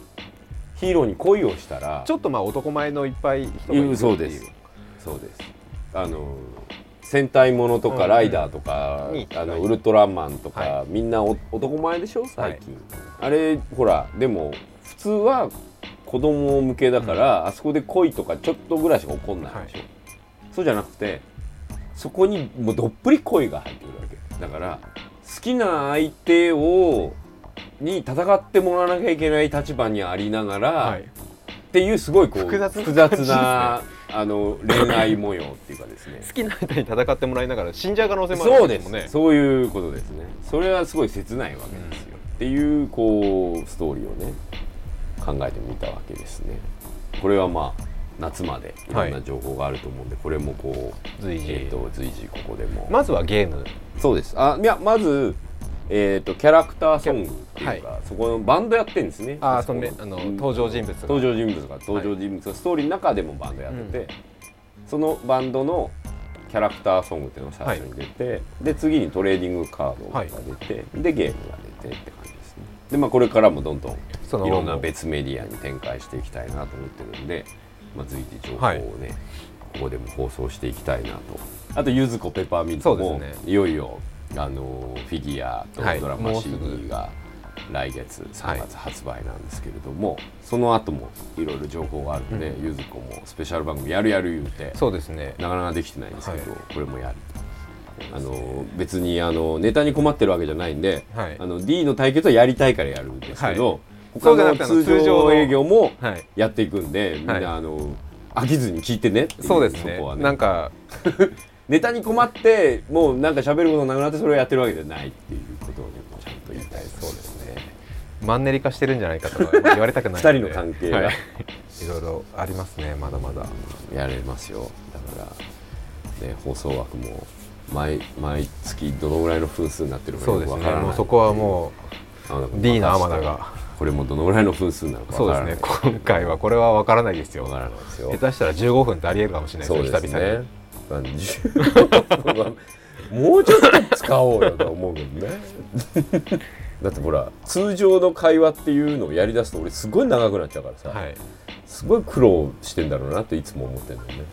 Speaker 1: ヒーローに恋をしたら
Speaker 2: ちょっとまあ男前のいっぱい人がいるって
Speaker 1: う
Speaker 2: い
Speaker 1: ん
Speaker 2: う
Speaker 1: そうですそうですあの戦隊ものと
Speaker 2: う
Speaker 1: か
Speaker 2: ん
Speaker 1: ライダーとか、
Speaker 2: に
Speaker 1: あのウルトラマンとか、
Speaker 2: は
Speaker 1: みんなお男前でしょ最近、あれほらでも普通は子供向けだから、あそこで恋とかちょっとぐらいしか起こんないでしょ、そうじゃなくてそこにもうどっぷり恋が入ってくるわけだから好きな相手をに戦ってもらわなきゃいけない立場にありながら、
Speaker 2: はい
Speaker 1: っていうすごいこう
Speaker 2: 複雑な
Speaker 1: な
Speaker 2: 感じですね
Speaker 1: あの恋愛模様っていうかですね
Speaker 2: 好きな相手に戦ってもらいながら死んじゃう可能性もあ
Speaker 1: そう
Speaker 2: るんで
Speaker 1: ですす
Speaker 2: もんね
Speaker 1: そういうことですねそれはすごい切ないわけですよ、っていうこうストーリーをね考えてみたわけですねこれはまあ夏までいろんな情報があると思うんで、これもこう
Speaker 2: 随時
Speaker 1: えーと随時ここでも、
Speaker 2: まずはゲーム
Speaker 1: そうですあいやまずえー、とキャラクターソングっていうか、そこのバンドやってるんですね
Speaker 2: あー
Speaker 1: そこ
Speaker 2: そのねあの登場人物が
Speaker 1: 登場人物が登場人物がストーリーの中でもバンドやってて、そのバンドのキャラクターソングっていうのが最初に出て、で次にトレーディングカードが出て、でゲームが出てって感じですねでまあこれからもどんどん
Speaker 2: その
Speaker 1: いろんな別メディアに展開していきたいなと思ってるんで、まあ、随時情報を
Speaker 2: はい
Speaker 1: ね、ここでも放送していきたいなとあとゆずこペッパーミント
Speaker 2: そう
Speaker 1: も、
Speaker 2: です
Speaker 1: いよいよあのフィギュアと
Speaker 2: はい
Speaker 1: ドラマ
Speaker 2: もうすぐ
Speaker 1: CD が来月
Speaker 2: は
Speaker 1: 3
Speaker 2: い
Speaker 1: 月発売なんですけれども、その後もいろいろ情報があるので、ゆずこもスペシャル番組やるやる言うて
Speaker 2: そうですね
Speaker 1: なかなかできてないんですけど、
Speaker 2: は
Speaker 1: これもやるあの別にあのネタに困ってるわけじゃないんで、
Speaker 2: はい
Speaker 1: あの D の対決はやりたいからやるんですけど、
Speaker 2: はいそうじ
Speaker 1: 他
Speaker 2: ゃな
Speaker 1: の
Speaker 2: くてあの
Speaker 1: 通
Speaker 2: 通常
Speaker 1: 常
Speaker 2: の
Speaker 1: 営業も
Speaker 2: はい
Speaker 1: やっていくんで、みん
Speaker 2: はい
Speaker 1: なあの飽きずに聞いてねってい
Speaker 2: そうですね
Speaker 1: そこは
Speaker 2: なんか
Speaker 1: ネタに困ってもうなんか喋ることなくなってそれをやってるわけじゃないっていうことをねちゃんと言いたいそうですね
Speaker 2: マンネリ化してるんじゃないかとか言われたくな
Speaker 1: 二
Speaker 2: いで
Speaker 1: 人の関係が、
Speaker 2: はいいろいろありますねまだまだ
Speaker 1: やれますよだから、ね、放送枠も毎毎月どのぐらいの分数になってるか
Speaker 2: そ
Speaker 1: よ
Speaker 2: うで
Speaker 1: く
Speaker 2: す
Speaker 1: わ
Speaker 2: ね
Speaker 1: からない
Speaker 2: もうそこはも
Speaker 1: あの
Speaker 2: う D の天田が
Speaker 1: これもどのぐらいの分数なのか
Speaker 2: そう
Speaker 1: わ
Speaker 2: で
Speaker 1: か
Speaker 2: す
Speaker 1: らない
Speaker 2: ね今回はこれは分からないですよ
Speaker 1: わからないですよ
Speaker 2: 下手したら15分ってありえるかもしれない
Speaker 1: そう
Speaker 2: ですよ
Speaker 1: です
Speaker 2: 久々
Speaker 1: ね
Speaker 2: に
Speaker 1: まあ15分は もうちょっと使おうよと思うけどね だってほら通常の会話っていうのをやりだすと俺すごい長くなっちゃうからさ、
Speaker 2: はい
Speaker 1: すごい苦労してんだろうなっていつも思ってるんだよね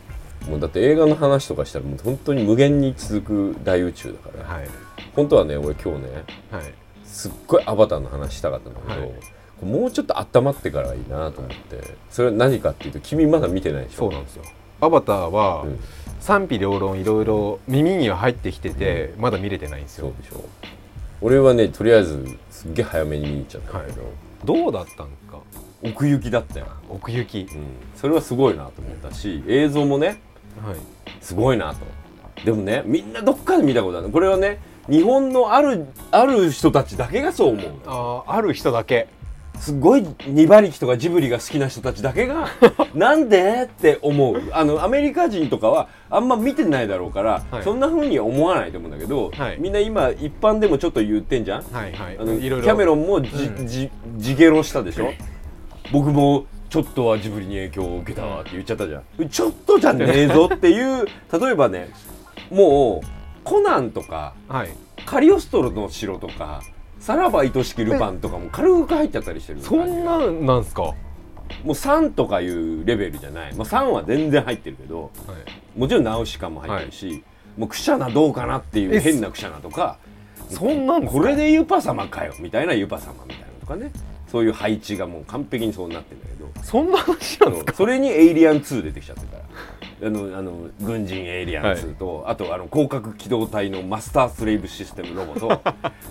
Speaker 1: もうだって映画の話とかしたらもう本当に無限に続く大宇宙だから、
Speaker 2: はい
Speaker 1: 本当はね俺今日ね
Speaker 2: はい
Speaker 1: すっごいアバターの話したかったんだけど、
Speaker 2: はい
Speaker 1: もうちょっと温まってからいいなと思ってそれは何かっていうと君まだ見てないでしょ
Speaker 2: そうなんですよアバターは
Speaker 1: うん
Speaker 2: 賛否両論いろいろ耳には入ってきててまだ見れてないんです
Speaker 1: そう
Speaker 2: よ
Speaker 1: でしょ俺はねとりあえずすっげえ早めに見に行っちゃったんだけど、
Speaker 2: どうだったんか
Speaker 1: 奥行きだったよ、
Speaker 2: 奥行き
Speaker 1: うん、それはすごいなと思ったし映像もね
Speaker 2: はい
Speaker 1: すごいなとでもねみんなどっかで見たことあるこれはね日本のあるある人たちだけがそう思う
Speaker 2: あーある人だけ
Speaker 1: すごい2馬力とかジブリが好きな人たちだ けがなんでって思うあのアメリカ人とかはあんま見てないだろうから、
Speaker 3: はい
Speaker 1: そんな風には思わないと思うんだけど、
Speaker 3: はい
Speaker 1: みんな今一般でもちょっと言ってんじゃん、
Speaker 3: はいはい
Speaker 1: あの
Speaker 3: いろいろ
Speaker 1: キャメロンもじ、
Speaker 2: うん
Speaker 1: じじゲロしたでしょ僕もちょっとはジブリに影響を受けたわって言っちゃったじゃんちょっとじゃねえぞっていう 例えばねもうコナンとか
Speaker 3: はい
Speaker 1: カリオストロの城とかさらば愛しきルパンとかも軽く入っちゃったりしてる
Speaker 3: そんな
Speaker 1: も
Speaker 3: んなんすか、は
Speaker 1: う3とかいうレベルじゃない、まあ、3は全然入ってるけどもちろんナウシカも入ってるし、もうクシャナどうかなっていう
Speaker 3: え
Speaker 1: 変なクシャナとか
Speaker 3: い、そんなんすか
Speaker 1: これでユパ様かよみたいなユパ様みたいなのとかねそういう配置がもう完璧にそうなってるんだけど
Speaker 3: そんな話なんすか
Speaker 1: それに「エイリアン2」出てきちゃってるからあのあの軍人エイリアン2と、あとあの広角機動隊のマスタースレイブシステムロボ と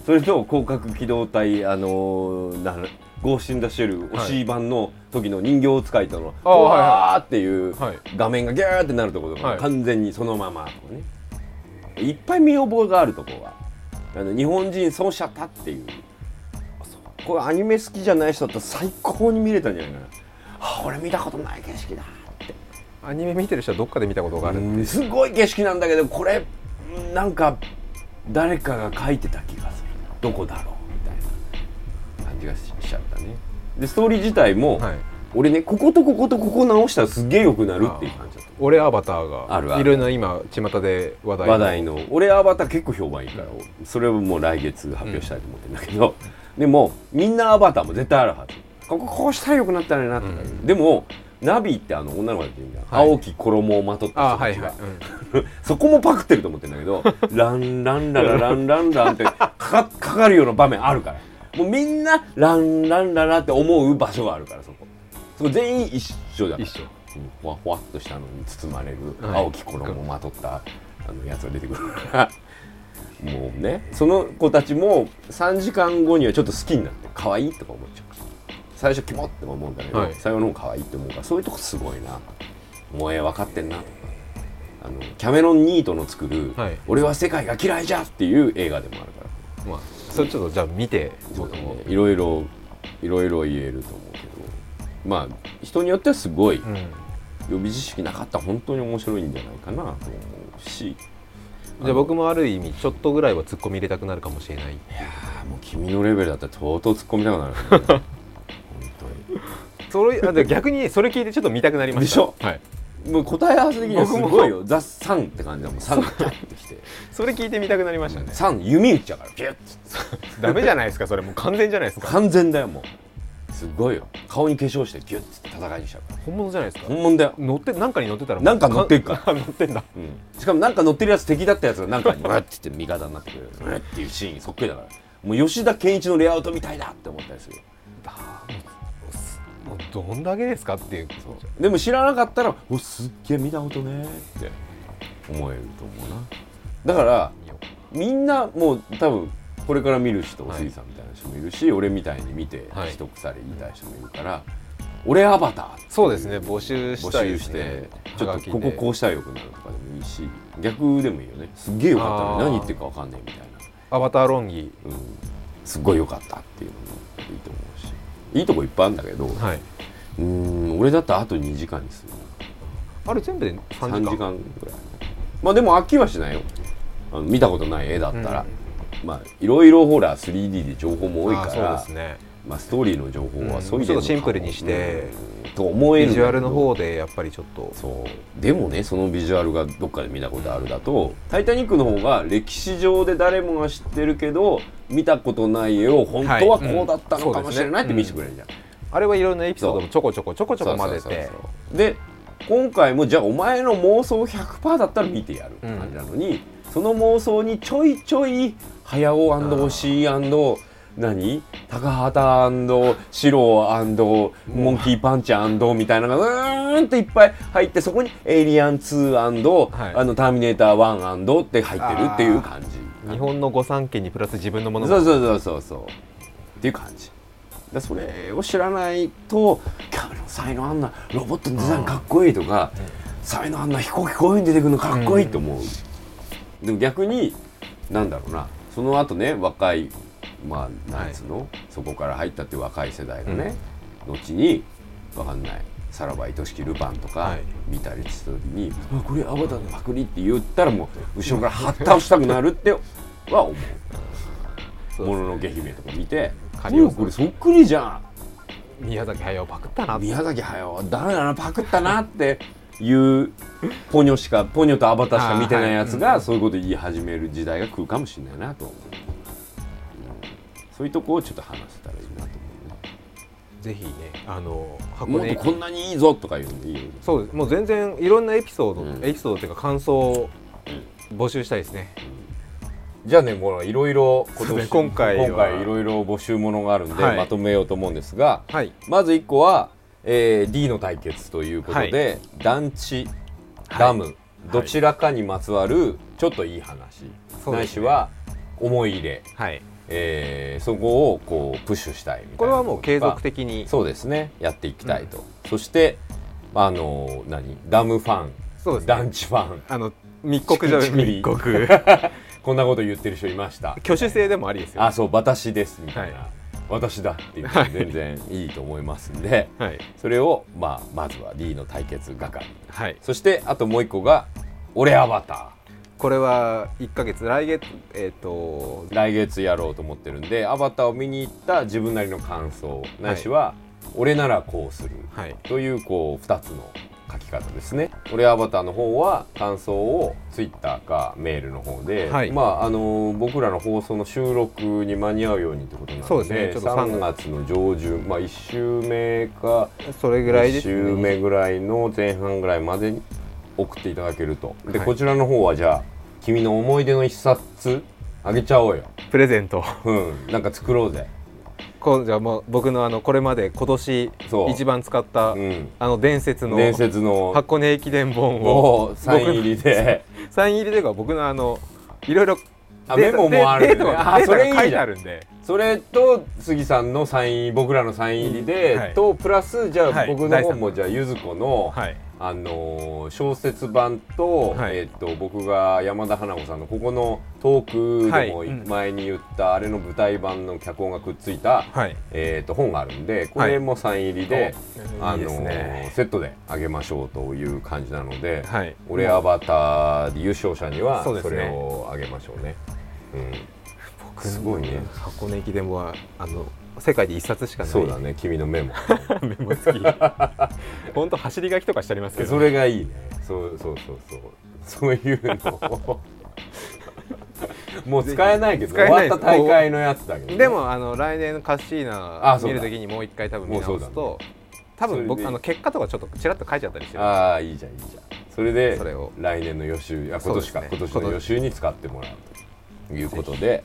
Speaker 1: それと広角機動隊あのーなゴーシンダシェルおしい版の時の人形使いとの「
Speaker 3: あーはいはい
Speaker 1: わーっていう
Speaker 3: はい
Speaker 1: 画面がギャーってなるところとか、
Speaker 3: はい
Speaker 1: 完全にそのままとかねいっぱい見覚えがあるところはあの日本人奏者たっていうこれアニメ好きじゃない人だったら最高に見れたんじゃないかなあ俺見たことない景色だ
Speaker 2: アニメ見てる人はどっかで見たことがある、
Speaker 1: うんすごい景色なんだけどこれうんなんか誰かが描いてた気がするどこだろうみたいな感じがしちゃったねでストーリー自体も、
Speaker 2: はい
Speaker 1: 俺ねこことこことここ直したらすっげえ良くなるっていう感じだった
Speaker 2: 俺アバターが
Speaker 1: あるある
Speaker 2: いろいろな今巷で話題の
Speaker 1: 話題の俺アバター結構評判いいからそれをもう来月発表したいと思ってるんだけど、でもみんなアバターも絶対あるはずこここうしたらよくなったらいいなって、でもナビってあの女の子だっているんだ、
Speaker 2: はい
Speaker 1: 青き衣をまとった
Speaker 2: あ
Speaker 1: 人
Speaker 2: は
Speaker 1: た
Speaker 2: い
Speaker 1: ち
Speaker 2: は
Speaker 1: が
Speaker 2: い、う
Speaker 1: そこもパクってると思ってんだけ どランランララランランランってかかかかるような場面あるからもうみんなランランララって思う場所があるからそこそこ全員一緒だから
Speaker 3: 一緒
Speaker 1: うんほわほわっとしたのに包まれる
Speaker 2: はい
Speaker 1: 青き衣をまとったあのやつが出てくるからもうねその子たちも3時間後にはちょっと好きになって可愛いとか思っちゃう最初キモって思うんだけど、
Speaker 3: はい
Speaker 1: 最後の方可愛いって思うからそういうとこすごいなお前分かってんなとかあのキャメロン・ニートの作る
Speaker 3: はい
Speaker 1: 俺は世界が嫌いじゃ!」っていう映画でもあるから
Speaker 2: んまあそれちょっとじゃあ見て
Speaker 1: そうだねいろいろいろいろ言えると思うけどまあ人によってはすごい、
Speaker 2: うん
Speaker 1: 予備知識なかったら本当に面白いんじゃないかなと思うし
Speaker 2: じゃあ僕もある意味ちょっとぐらいはツッコミ入れたくなるかもしれない
Speaker 1: いやーもう君のレベルだったらとうとう突っ込みたくなるよね本
Speaker 2: それあで逆にそれ聞いてちょっと見たくなり
Speaker 1: 当に
Speaker 2: ま
Speaker 1: で
Speaker 2: し
Speaker 1: したょ
Speaker 3: はい
Speaker 1: もう答え合わせ的にはすごいよ「ザ・サン」って感じだもん「サン」がキャッてきて
Speaker 2: それ聞いてみたくなりまし
Speaker 1: 「
Speaker 2: たね
Speaker 1: サン」弓打っちゃうからピュッて
Speaker 2: ダメじゃないですかそれもう完全じゃないですか
Speaker 1: 完全だよもうすごいよ顔に化粧してギュッて戦いにしちゃうから
Speaker 2: 本物じゃないですか
Speaker 1: 本物だよ、
Speaker 2: 乗ってなんかに乗ってたらもう
Speaker 1: なんか乗ってっから
Speaker 2: か 乗ってんだ
Speaker 1: うんしかもなんか乗ってるやつ敵だったやつがなんかに「うわっ」って言って味方になってくれる「うわっ」っていうシーンそっくりだからもう吉田健一のレイアウトみたいだって思ったりするよ
Speaker 2: もうどんだけですかっていう
Speaker 1: でも知らなかったら「おすっげえ見たことね」って思えると思うなだからみんなもう多分これから見る人お杉さんみたいな人もいるし、俺みたいに見て
Speaker 2: はい
Speaker 1: 一腐れ言いたい人もいるから「俺アバター」
Speaker 2: そうですね募集
Speaker 1: 募
Speaker 2: したい
Speaker 1: 集
Speaker 2: で
Speaker 1: し
Speaker 2: す
Speaker 1: て、
Speaker 2: ね
Speaker 1: ちょっとこここ
Speaker 2: う
Speaker 1: うしたらよくなるとかでもいいし逆でもいいよねすっげえよかったのに
Speaker 2: あー
Speaker 1: 何言ってるかわかんないみたいな、
Speaker 2: アバター論議
Speaker 1: うん、すっごいよかったっていうのもいいと思うしいいとこいっぱいあるんだけど、
Speaker 2: はい、
Speaker 1: うーん俺だったらあと2時間にするな
Speaker 2: あれ全部で3時間
Speaker 1: 3時間ぐらいまあでも飽きはしないよあの見たことない絵だったら、まあいろいろほら 3D で情報も多いか
Speaker 2: あ
Speaker 1: ら
Speaker 2: ーそうですね
Speaker 1: まあ、ストーリーの情報はそういう
Speaker 2: うんちょっとシンプルにして
Speaker 1: と思える
Speaker 2: ビ
Speaker 1: んだけ
Speaker 2: ジ
Speaker 1: ど
Speaker 2: ュアルの方でやっぱりちょっと
Speaker 1: そうでもねそのビジュアルがどっかで見たことあるだと「タイタニック」の方が歴史上で誰もが知ってるけど見たことない絵を本当はこうだったのかもしれないって見せてくれるじゃん、
Speaker 2: あれはいろんなエピソードもちょこちょこちょこちょこ混ぜ
Speaker 1: そうそう
Speaker 2: て
Speaker 1: そうそうで今回もじゃあお前の妄想100%だったら見てやるって感じなのに、その妄想にちょいちょい早尾押井何高畑四郎モンキーパンチみたいなのがうーんっていっぱい入ってそこに「エイリアン2」
Speaker 2: はい
Speaker 1: あの「ターミネーター1」って入ってるっていう感じ
Speaker 2: 日本の御三家にプラス自分のもの
Speaker 1: そう
Speaker 2: も
Speaker 1: そうそうそうそうっていう感じでそれを知らないと「キャメロン才能あんなロボットのデザインかっこいい」とか「才能あんな飛行機こういうに出てくるのかっこいい」と思う、でも逆になんだろうなその後ね若いまあなんつうの、そこから入ったって若い世代がね、後にわかんないさらば愛しきルパンと
Speaker 2: は
Speaker 1: か
Speaker 2: い
Speaker 1: 見たりした時に「あこれアバターのパクリ」って言ったらもう後ろからハッ倒したくなるっては思う「もののけ姫」とか見て「
Speaker 2: カ
Speaker 1: い
Speaker 2: リオ
Speaker 1: や
Speaker 2: ス
Speaker 1: これそっくりじゃん
Speaker 2: 宮崎駿パクったなって
Speaker 1: 宮崎駿は誰だなパクったな」っていうポニョしかポニョとアバターしか見てないやつがそういうこと言い始める時代が来るかもしれないなと思うそういうとこをちょっと話せたらいいなと思うね
Speaker 2: ぜひねあの箱
Speaker 1: もっと
Speaker 2: 根駅
Speaker 1: こんなにいいぞとかいうのいいよね
Speaker 2: そうですもう全然いろんなエピソード、
Speaker 1: うん
Speaker 2: エピソードっていうか感想を募集したいですね
Speaker 1: じゃあねもういろいろ今
Speaker 2: そう
Speaker 1: 年
Speaker 2: ね今回は
Speaker 1: 今回いろいろ募集ものがあるんで、
Speaker 2: はい
Speaker 1: まとめようと思うんですが
Speaker 2: はい
Speaker 1: まず1個は、えー D の対決ということで、団地ダム、どちらかにまつわるちょっといい話、
Speaker 2: そうですね
Speaker 1: ないしは思い入れ、
Speaker 2: はい
Speaker 1: えーそこをこうプッシュしたいみたいな
Speaker 2: これはもう継続的に
Speaker 1: そうですねやっていきたいと、そしてあのー何ダムファン
Speaker 2: そうですね
Speaker 1: 団地ファン
Speaker 2: あの密告じゃ
Speaker 1: ちくちくり
Speaker 2: 密告
Speaker 1: こんなこと言ってる人いました
Speaker 2: 挙手制でもありですよ
Speaker 1: あそう私ですみたいな、
Speaker 2: は
Speaker 1: 私だっていうのは全然いいと思いますんで
Speaker 2: はい
Speaker 1: それを、まあ、まずは D の対決係
Speaker 2: はい
Speaker 1: そしてあともう一個が「俺アバタ
Speaker 2: これは1か月来月えっ、と
Speaker 1: ー」来月やろうと思ってるんでアバターを見に行った自分なりの感想ないしは、俺ならこうする
Speaker 2: はい
Speaker 1: というこう2つの書き方ですね俺アバターの方は感想をツイッターかメールの方で、
Speaker 2: はい
Speaker 1: まああの僕らの放送の収録に間に合うようにってことな
Speaker 2: そう
Speaker 1: の
Speaker 2: ですね
Speaker 1: で
Speaker 2: ちょっと
Speaker 1: 3月の上旬まあ1週目か
Speaker 2: それぐらいで
Speaker 1: 1
Speaker 2: す
Speaker 1: 週
Speaker 2: ね
Speaker 1: 目ぐらいの前半ぐらいまでに送っていただけるとで、
Speaker 2: はい
Speaker 1: こちらの方はじゃあ君の思い出の一冊あげちゃおうよ
Speaker 2: プレゼント
Speaker 1: うんなんか作ろうぜ
Speaker 2: こうじゃあもう僕のあのこれまで今年
Speaker 1: そう
Speaker 2: 一番使った、
Speaker 1: うん
Speaker 2: あの伝説の
Speaker 1: 伝説の
Speaker 2: 箱根駅伝本を
Speaker 1: をサイン入りで。
Speaker 2: サイン入りというか僕のあのいろいろ
Speaker 1: あ
Speaker 2: デ
Speaker 1: メ
Speaker 2: ータ
Speaker 1: モもある
Speaker 2: デ
Speaker 1: よ
Speaker 2: ー
Speaker 1: ね
Speaker 2: タが
Speaker 1: あ
Speaker 2: デー
Speaker 1: そ
Speaker 2: タ
Speaker 1: れいい
Speaker 2: が書い
Speaker 1: じ
Speaker 2: てあ
Speaker 1: ゃん
Speaker 2: るんで
Speaker 1: それと杉さんのサイン僕らのサイン入りで、
Speaker 2: うんはい
Speaker 1: とプラスじゃ
Speaker 2: は
Speaker 1: あ
Speaker 2: い
Speaker 1: 僕の方もじゃあゆず子の、
Speaker 2: はい
Speaker 1: あのー小説版と,、
Speaker 2: はい
Speaker 1: えっと僕が山田花子さんのここのトークでも
Speaker 2: はいうん
Speaker 1: 前に言ったあれの舞台版の脚本がくっついた、
Speaker 2: はい
Speaker 1: えっと本があるんでこれもサイン入りで、
Speaker 2: お
Speaker 1: あ
Speaker 2: いいで
Speaker 1: の
Speaker 2: すね
Speaker 1: ーセットであげましょうという感じなので、
Speaker 2: はい
Speaker 1: 俺アバターで優勝者には
Speaker 2: そうです
Speaker 1: そ
Speaker 2: ね
Speaker 1: れをあげましょうね。うん
Speaker 2: 僕
Speaker 1: すごいね
Speaker 2: 箱根駅伝本はあの世界で一冊しかない
Speaker 1: そうだね君のメモ
Speaker 2: メモ付 き本当走り書きとかしてありますけど
Speaker 1: それがいいねそうそうそうそう そういう のもう使えないけど
Speaker 2: 使え
Speaker 1: 終
Speaker 2: ない
Speaker 1: わ
Speaker 2: です
Speaker 1: った大会のやつだけどね、
Speaker 2: でもあの来年のカッシーナ
Speaker 1: あそう
Speaker 2: 見
Speaker 1: だ
Speaker 2: るときにもう一回多分見
Speaker 1: もう
Speaker 2: 直す
Speaker 1: そ
Speaker 2: と、多分
Speaker 1: それ
Speaker 2: 僕
Speaker 1: で
Speaker 2: あの結果とかちょっとちらっと書いちゃったりしてる
Speaker 1: ああいいじゃんいいじゃんそれで
Speaker 2: それを
Speaker 1: 来年の予習あ
Speaker 2: そ
Speaker 1: 今
Speaker 2: うで
Speaker 1: 年
Speaker 2: す
Speaker 1: か、
Speaker 2: ね
Speaker 1: 今年の予習に使ってもらうということで、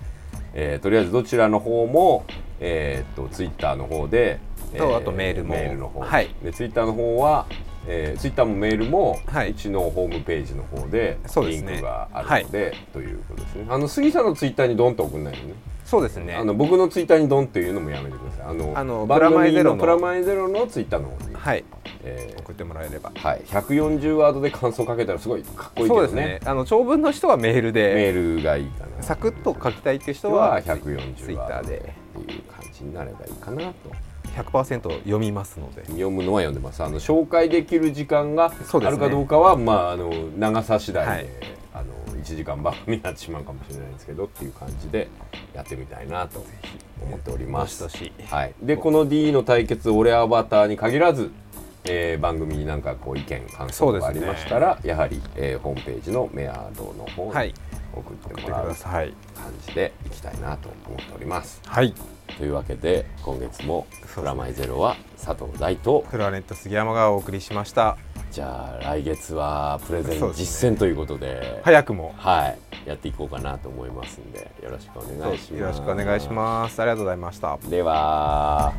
Speaker 1: えーとりあえずどちらの方もえーっとツイッターの方で
Speaker 2: と
Speaker 1: えー
Speaker 2: あとメールも
Speaker 1: メールの方、
Speaker 2: はい
Speaker 1: でツイッターの方はえー、ツイッターもメールも、
Speaker 2: はいう
Speaker 1: ちのホームページの方で
Speaker 2: そうで
Speaker 1: リ
Speaker 2: す
Speaker 1: ン
Speaker 2: ね
Speaker 1: クがあるのでということですねあの杉さんのツイッターにドンと送んないのね
Speaker 2: そうですね
Speaker 1: あの僕のツイッターにドンっていうのもやめてくださいあの
Speaker 2: あの
Speaker 1: 番組
Speaker 2: プラマイゼロの
Speaker 1: プラマイゼロのツイッターの方に、
Speaker 2: はい
Speaker 1: えー
Speaker 2: 送ってもらえれば
Speaker 1: はい、140ワードで感想かけたらすごいかっこいいけ
Speaker 2: そう
Speaker 1: ど
Speaker 2: です
Speaker 1: ね
Speaker 2: ねあの長文の人はメール
Speaker 1: メ
Speaker 2: で
Speaker 1: ールがいいかな
Speaker 2: サクッと書きたいっていう人
Speaker 1: 人
Speaker 2: は
Speaker 1: は140
Speaker 2: Twitter
Speaker 1: ワード
Speaker 2: で
Speaker 1: っていう感じになればいいかなと
Speaker 2: 100%読みますので
Speaker 1: 読むのは読んでますあの紹介できる時間が
Speaker 2: そ
Speaker 1: あ
Speaker 2: うですね
Speaker 1: るかどうかは、まああの長さ次第で、
Speaker 2: はい
Speaker 1: あの1時間番組になってしまうかもしれないですけどっていう感じでやってみたいなと思っておりま
Speaker 2: どし
Speaker 1: す
Speaker 2: どし
Speaker 1: はい、でこの D の対決「俺アバター」に限らず、えー番組になんかこう意見感想がありましたら、やはり、えーホームページのメアドの方
Speaker 2: は
Speaker 1: に
Speaker 2: い
Speaker 1: 送って
Speaker 2: 送っ
Speaker 1: も
Speaker 2: てく
Speaker 1: らう
Speaker 2: ださい
Speaker 1: 感じでいきたいなと思っております。
Speaker 2: はい
Speaker 1: というわけで今月も「
Speaker 2: すね
Speaker 1: プラマイゼロ」は佐藤大と
Speaker 2: プラネット杉山がお送りしました
Speaker 1: じゃあ来月はプレゼ
Speaker 2: そう
Speaker 1: ン
Speaker 2: ですね
Speaker 1: 実践ということで
Speaker 2: 早くも
Speaker 1: はい、やっていこうかなと思いますんでよろしくお願いします。
Speaker 2: よろしくお願いしますありがとうございました
Speaker 1: では